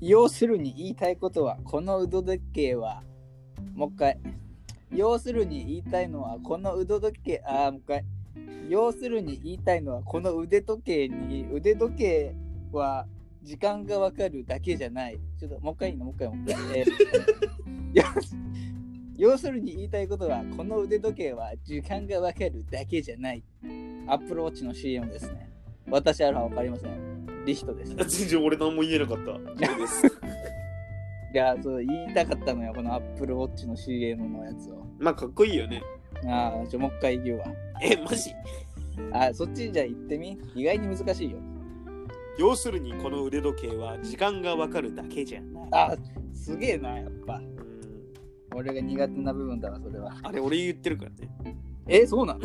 要するに言いたいことは、この腕時計は、もう一回。要するに言いたいのは、この腕時計、あー、もう一回。要するに言いたいのは、この腕時計に、腕時計は時間がわかるだけじゃない。ちょっともう一回いいの、もう一回、もう一回。え ー要要するに言いたいことは、この腕時計は時間がわかるだけじゃない。アップローチの CM ですね。私はわかりません。リヒトです。全然俺何も言えなかった。そうです。いや、そう言いたかったのよ、この Apple Watch の CM のやつを。まあかっこいいよね。ああ、ちょ、もう一回言うわ。え、マジあーそっちじゃあ言ってみ。意外に難しいよ。要するにこの腕時計は時間がわかるだけじゃない。あーすげえな、やっぱ。うん俺が苦手な部分だわ、それは。あれ俺言ってるからね。えー、そうな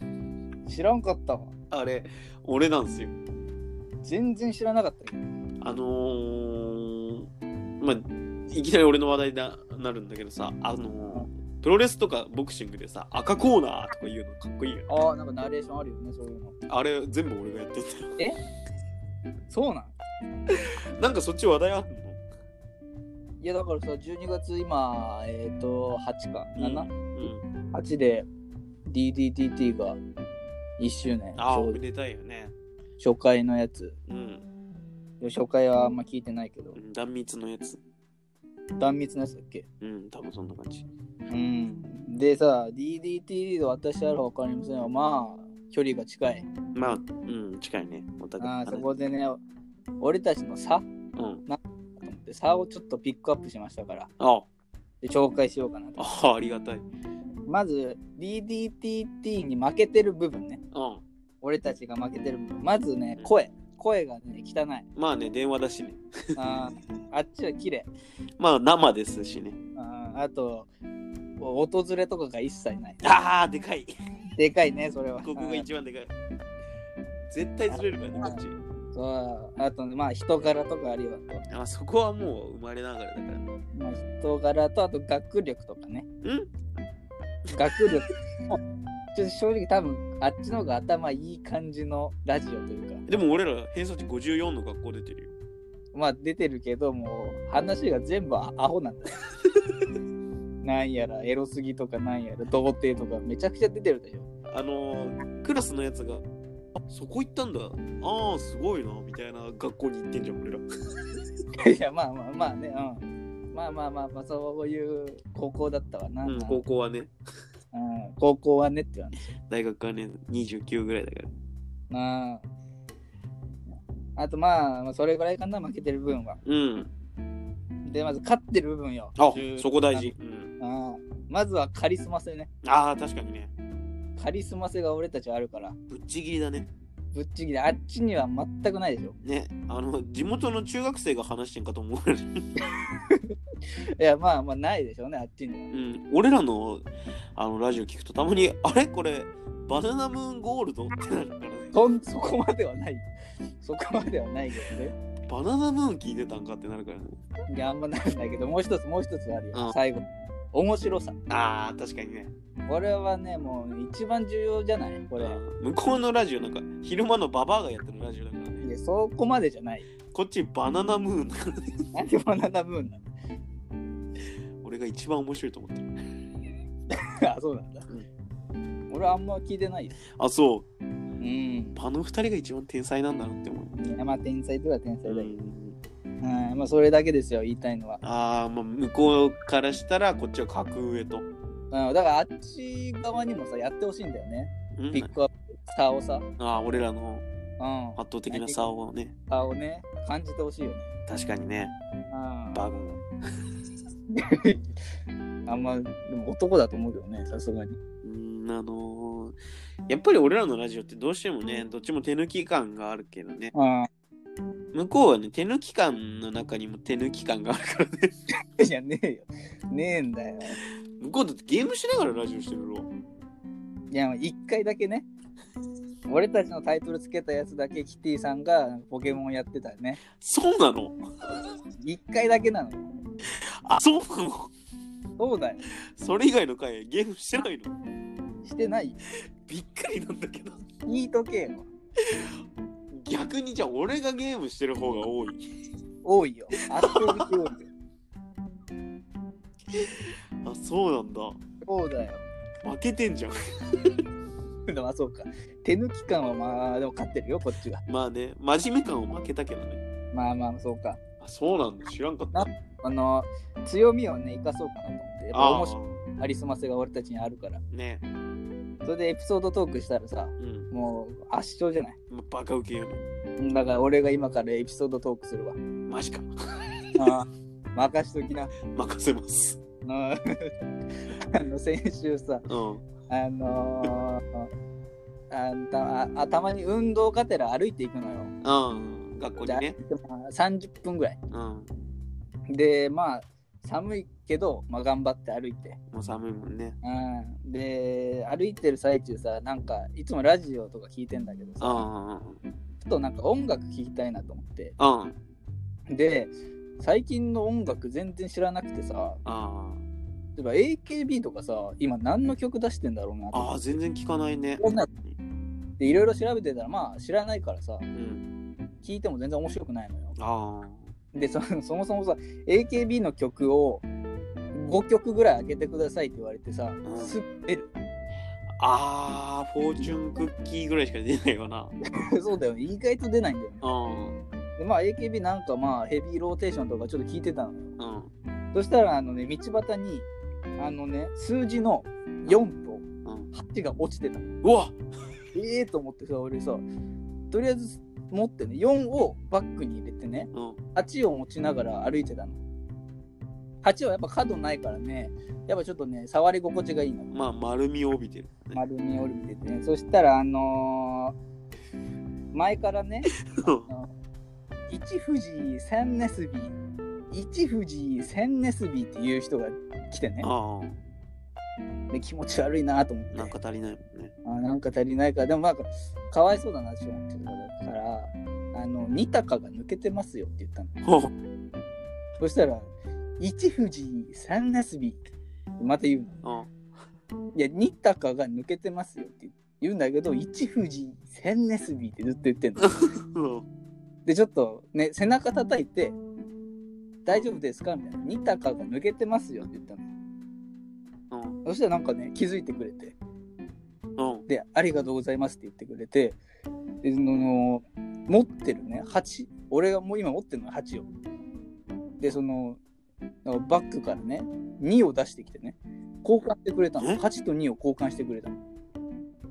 の 知らんかったわ。あれ俺なんですよ。全然知らなかったよ。あのー、まあいきなり俺の話題にななるんだけどさ、あのー、プロレスとかボクシングでさ赤コーナーとか言うのかっこいいよね。ああ、なんかナレーションあるよね、そういうの。あれ全部俺がやってたよ。 そうなんなんかそっち話題あんのいや、だからさ、12月今、えっ、と、8か、う 7?8、ん。 8で DDTT が1周年。ああ、そうおめでたいよね。初回のやつ。うん。初回はあんま聞いてないけどう、ん断密のやつ。断密なやつだっけうん、多分そんな感じ。うん。でさ、DDT と私ある他にもせんは、まあ、距離が近い。まあ、うん、近いね。お互い。ああーれそこでね、俺たちの差とうん。思って、差をちょっとピックアップしましたから、あで紹介しようかなと。あ、ありがたい。うん。まず、DDTT に負けてる部分ね。俺たちが負けてる部分。まずね、声。声がね、汚い。まあね、電話だしね。あー あっちは綺麗。まあ、生ですしね。あーあと、訪れとかが一切ない。ああ、でかい。でかいね、それは。ここが一番でかい。絶対ずれるからね、こっち。そうあとまあ人柄とかあるよと、あそこはもう生まれながらだから。んまあ、人柄とあと学力とかね学力 ちょっと正直多分あっちの方が頭いい感じのラジオというかでも俺ら偏差値54の学校出てるよ。まあ出てるけどもう話が全部アホ なんだよなんやらエロすぎとかなんやら童貞とかめちゃくちゃ出てるでしょ あのー、クラスのやつが、あそこ行ったんだ。ああ、すごいな、みたいな学校に行ってんじゃん、俺ら。いやまあまあまあねうんまあまあまあまあそういう高校だったわな、うん、高校はね、うん高校はねって言われ大学はね、29ぐらいだから。ああとまあまあそれぐらいかな負けてる分はうん。でまず勝ってる部分よあ10、そこ大事。うん。ああまずはカリスマ性ねああ、確かにね。カリスマ性が俺たちはあるからぶっちぎりだね。ぶっちぎりあっちには全くないでしょね、あの、地元の中学生が話してんかと思う。いやまあまあないでしょうねあっちには うん、俺らのあのラジオ聞くとたまに、あれこれ、バナナムーンゴールドってなるからね。そんそこまではないそこまではないけどねバナナムーン聞いてたんかってなるからね。いやあんまないんだけどもう一つもう一つあるうよん最後面白さああ、確かにね。これはねもう一番重要じゃないこれ向こうのラジオなんか、昼間のババアがやってるラジオだからね。いやそこまでじゃないこっちバナナムーンだからね。なんで学んだ分なの俺が一番面白いと思ってる。あ、そうなんだ。俺はあんま聞いてないよ。あ、そう。うん。いあの二人が一番天才なんだなって思う。やまあ、天才とは天才だよ。うんはい。まあ、それだけですよ、言いたいのは。ああ、まあ、向こうからしたら、こっちは格上と。うん。だから、あっち側にもさ、やってほしいんだよね。うんピックアップ、差をさ、うん。ああ、俺らの圧倒的な差をね、差をね、感じてほしいよね。確かにね、うん。バカが。 あんま、でも男だと思うけどね、さすがに。うん、あのーやっぱり俺らのラジオってどうしてもね、どっちも手抜き感があるけどね、うん。向こうはね、手抜き感の中にも手抜き感がある からね、いや、ねえよ。ねえんだよ。向こうだってゲームしながらラジオしてるろ。いや、一回だけね。俺たちのタイトルつけたやつだけキティさんがポケモンやってたね。そうなの一回だけなの。あ、そうなの そうだよ。それ以外の回、ゲームしてないのしてないよ。びっくりなんだけど。言いとけよ。逆にじゃあ俺がゲームしてる方が多い。多いよ。圧倒的多いよ。あ、そうなんだ。そうだよ。負けてんじゃん。でもあそうか。手抜き感はまあ、でも勝ってるよ、こっちが。まあね、真面目感を負けたけどね。まあまあ、そうか。あ、そうなんだ。知らんかった。あの、強みをね、生かそうかなと思って。やっぱあ面白いあ、ありすませが俺たちにあるから。ね。それでエピソードトークしたらさ、うん。もう圧勝じゃない。まあバカウケよね。うんだから俺が今からエピソードトークするわ。マジか。 ああ任しときな。任せます。うんあ の先週さ、うん。あのーあんたあたまに運動がてら歩いていくのよ。うん。学校にね。でまあ30分ぐらい。うん。もで、まあ、寒いけど、まあ、頑張って歩いて。う寒いもんね。うん、で、歩いてる最中さ、なんか、いつもラジオとか聞いてんだけどうんうさ、んふとなんか音楽聞きたいなと思って。うん。うん。で、最近の音楽全然知らなくてさ、あ例えば AKB とかさ、今何の曲出してんだろうなあ。あっあ、全然聞かないね。て。で、いろいろ調べてたら、まあ知らないからさ、うん。聞いても全然面白くないのよ。あで、そそもそもさ、AKB の曲を5曲ぐらい開けてくださいって言われてさ、んすっ出る。あ。ああ、フォーチュンクッキーぐらいしか出ないかな。そうだよね、意外と出ないんだよね。うん。で、まあ AKB なんかまあヘビーローテーションとかちょっと聞いてたのよ。うん。そしたらあのね、道端に、あのね、数字の4とうん8が落ちてたのうわええと思ってさ、俺さ、とりあえず持ってね、4をバッグに入れてね、うん。 8を持ちながら歩いてたの。8はやっぱ角ないからね、やっぱちょっとね、触り心地がいいの。まあ、丸みを帯びてる、ね。丸みを帯びててね。そしたら、あのー前からね、一富士千ネスビ一富士千ネスビっていう人が来てね、あで気持ち悪いなと思っあ、て。なんか足りないもんね。あなんか足りないから、でもなんか、かわいそうだなって思ってたから、あの、二鷹が抜けてますよって言ったの。ほうそしたら、一富士三なすび。また言ううん。の。いや、二鷹が抜けてますよって言うんだけど、一富士三なすびってずっと言ってんの。うんで、ちょっとね、背中叩いて、大丈夫ですかみたいな。二鷹が抜けてますよって言ったの。うん。そしたらなんかね、気づいてくれて。うん。で、ありがとうございますって言ってくれて、であの持ってるね、鉢、俺がもう今持ってるのは鉢を。で、その、なんかバッグからね、2を出してきてね、交換してくれたえの。8と2を交換してくれたの。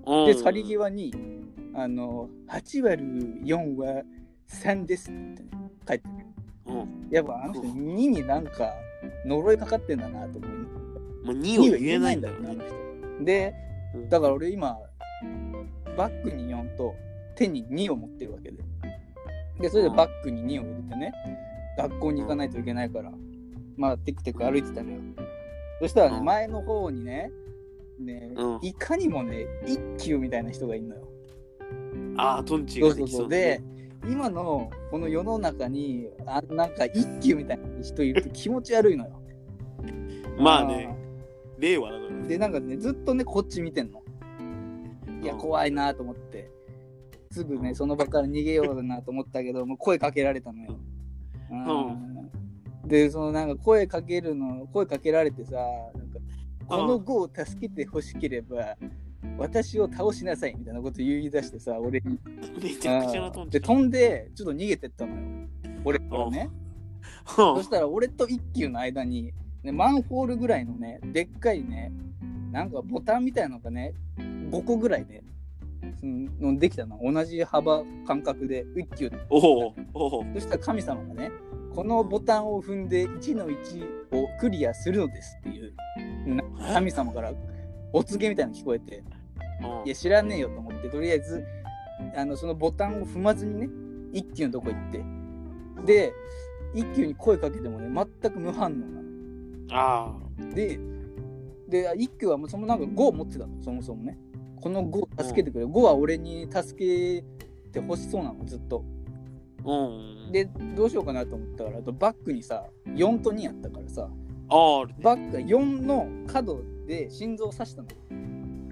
うん。で、去り際に、あの、8割る4は3ですって言ってね、帰ってくる。うん。もやっぱあの人2になんか呪いかかってんだなと思う。う2を言えないんだよ二は言えないんだよあね。の人。で、うんだから俺今バッグに4と手に2を持ってるわけででそれでバッグに2を入れてね学校に行かないといけないからまあテクテク歩いてたのよそしたらねうん前の方にねねうんいかにもね一休みたいな人がいるのよああ、トンチそがうでそうきそそうう。で、今のこの世の中にあなんか一休みたいな人いると気持ち悪いのよまあね、令和だからね。でなんかねずっとねこっち見てんのいやうん怖いなと思ってすぐうんねその場から逃げようだなと思ったけどもう声かけられたのよ、うん、でそのなんか声かけるの声かけられてさなんかこの子を助けてほしければ私を倒しなさいみたいなこと言い出してさ俺にめちゃくちゃなトンチで飛んでちょっと逃げてったのよ俺からねうんそしたら俺と一休の間に、ね、マンホールぐらいのね、でっかいね、なんかボタンみたいなのがね、5個ぐらいで、そのできたの。同じ幅、間隔で、一休で。おおおおそしたら神様がね、このボタンを踏んで1の1をクリアするのですっていう、な神様からお告げみたいなの聞こえて、うんいや、知らねえよと思って、とりあえず、あの、そのボタンを踏まずにね、一休のとこ行って、で、一休に声かけてもね、全く無反応なの。あで、で、一休はもうそのなんか5を持ってたの、そもそもね。この5を助けてくれ。5は俺に助けてほしそうなの、ずっと。あ。うん。で、どうしようかなと思ったから、あとバッグにさ、4と2やったからさ、ああ、バッグが4の角で心臓を刺したの。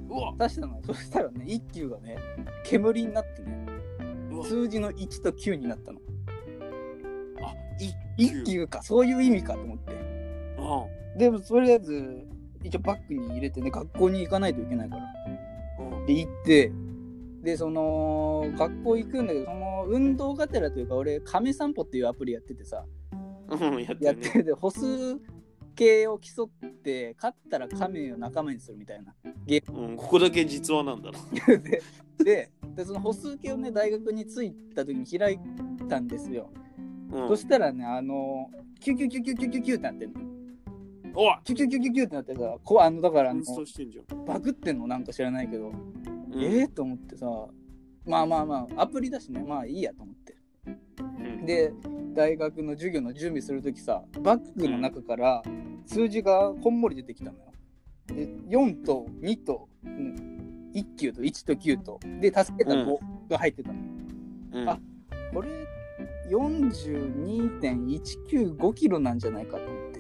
うわ刺したの。そしたらね、一休がね、煙になってね、うわ数字の1と9になったの。あ一一級。級かそういう意味かと思ってあでもとりあえず一応バッグに入れてね学校に行かないといけないからあうんで行ってでその学校行くんだけどその運動がてらというか俺亀散歩っていうアプリやっててさうん、 やってやっるてね。て歩数計を競って勝ったら亀を仲間にするみたいな うん、ここだけ実話なんだな。でででその歩数計をね大学に着いた時に開いたんですよ、うんそしたらねあのキュキュキュキュキュキュキュってなってんのおいキュキュキュキュキュってなってさこうあのだからあの乾燥してんじゃん。バグってんのなんか知らないけど、うんええと思ってさまあまあまあアプリだしねまあいいやと思ってうんで大学の授業の準備する時さバッグの中から数字がこんもり出てきたのよ。で4と2と、うん、1級と1と9とで助けた5が入ってたの。うんあこれ42.195キロなんじゃないかと思って。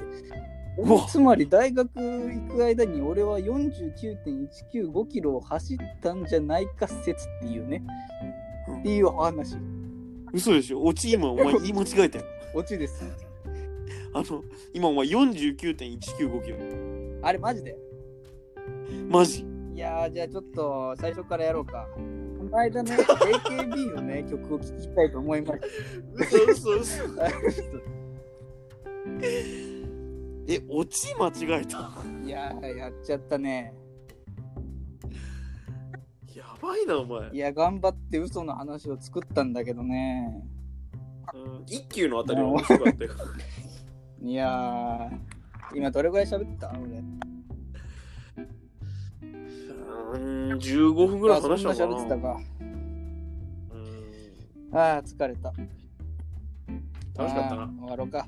うわつまり大学行く間に俺は49.195キロを走ったんじゃないか説っていうねうん。っていうお話。嘘でしょ。落ち今お前言い間違えたよ。オチです。あの、今お前49.195キロ。あれマジでマジ。いやーじゃあちょっと最初からやろうか。この間ね、AKB のね、曲を聴きたいと思いまし嘘嘘嘘。た。 え、落ち間違えた。いやーやっちゃったね。やばいな、お前い。や、頑張って嘘の話を作ったんだけどね。うん一級のあたりは面白かったよ。いやー、今どれぐらい喋った俺。うん、15分ぐらい話したあそんのな喋ってたかな。か。うんああ、疲れた。楽しかったなあー終わろうか。